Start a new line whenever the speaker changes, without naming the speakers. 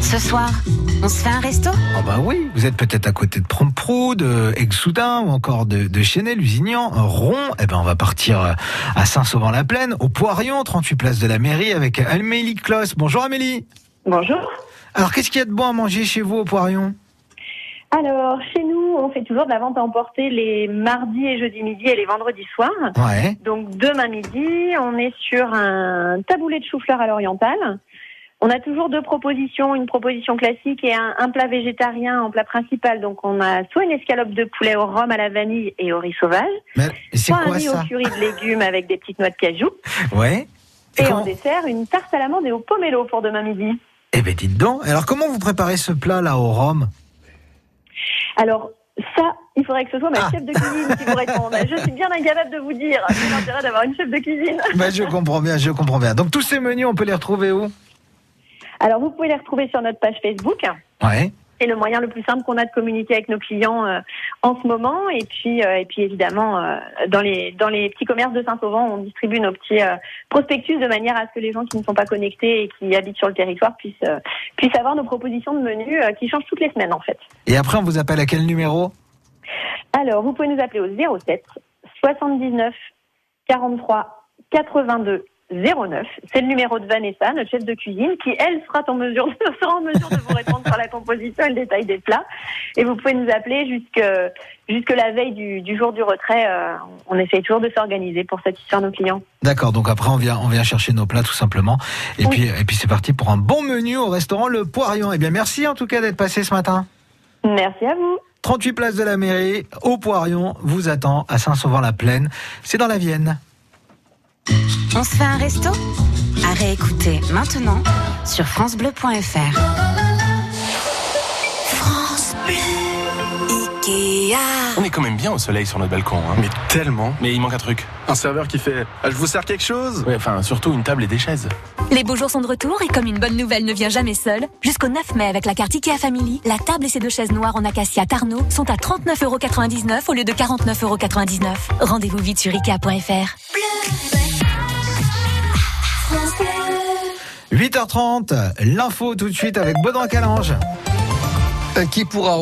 Ce soir, on se fait un resto
Ah bah oui, vous êtes peut-être à côté de Promprou, de Exoudun ou encore de, de Chenel, Usignan, Ron. Eh ben on va partir à Saint-Sauvent-la-Plaine, au Poirion, 38 place de la mairie avec Amélie Kloss. Bonjour Amélie.
Bonjour.
Alors qu'est-ce qu'il y a de bon à manger chez vous au Poirion
Alors, chez nous, on fait toujours de la vente à emporter les mardis et jeudis midi et les vendredis soirs.
Ouais.
Donc, demain midi, on est sur un taboulé de chou-fleur à l'oriental. On a toujours deux propositions, une proposition classique et un, un plat végétarien en plat principal. Donc, on a soit une escalope de poulet au rhum à la vanille et au riz sauvage,
Mais c'est
soit un
quoi
riz au
ça
curry de légumes avec des petites noix de cajou,
Ouais. Et
et en
comment-
dessert, une tarte à l'amande et au pomelo pour demain midi.
Eh ben dites donc. Alors comment vous préparez ce plat là au rhum
Alors, ça, il faudrait que ce soit ma
Ah.
chef de cuisine qui vous réponde. Je suis bien incapable de vous dire. C'est l'intérêt d'avoir une chef de cuisine.
Bah je comprends bien, je comprends bien. Donc tous ces menus, on peut les retrouver où
Alors, vous pouvez les retrouver sur notre page Facebook.
Ouais.
C'est le moyen le plus simple qu'on a de communiquer avec nos clients euh, en ce moment. Et puis, euh, et puis évidemment, euh, dans, les, dans les petits commerces de Saint-Sauvent, on distribue nos petits euh, prospectus de manière à ce que les gens qui ne sont pas connectés et qui habitent sur le territoire puissent, euh, puissent avoir nos propositions de menus euh, qui changent toutes les semaines, en fait.
Et après on vous appelle à quel numéro
Alors, vous pouvez nous appeler au 07 79 43 82 09. C'est le numéro de Vanessa, notre chef de cuisine, qui, elle, sera en mesure, sera en mesure de vous répondre sur la composition et le détail des plats. Et vous pouvez nous appeler jusque, jusque la veille du, du jour du retrait. Euh, on essaye toujours de s'organiser pour satisfaire nos clients.
D'accord, donc après on vient, on vient chercher nos plats tout simplement. Et
Oui.
puis, et puis c'est parti pour un bon menu au restaurant Le Poirion. Eh bien merci en tout cas d'être passé ce matin.
Merci à vous.
38 places de la mairie, au Poirion, vous attend à Saint-Sauvant-la-Plaine. C'est dans la Vienne.
On se fait un resto À réécouter maintenant sur FranceBleu.fr.
On est quand même bien au soleil sur notre balcon, hein.
Mais tellement
Mais il manque un truc.
Un serveur qui fait ah, Je vous sers quelque chose
Ouais, enfin, surtout une table et des chaises.
Les beaux jours sont de retour et comme une bonne nouvelle ne vient jamais seule, jusqu'au 9 mai avec la carte IKEA Family, la table et ses deux chaises noires en acacia Tarno sont à 39,99€ au lieu de 49,99€. Rendez-vous vite sur IKEA.fr.
8h30, l'info tout de suite avec Baudouin Calange.
Qui pourra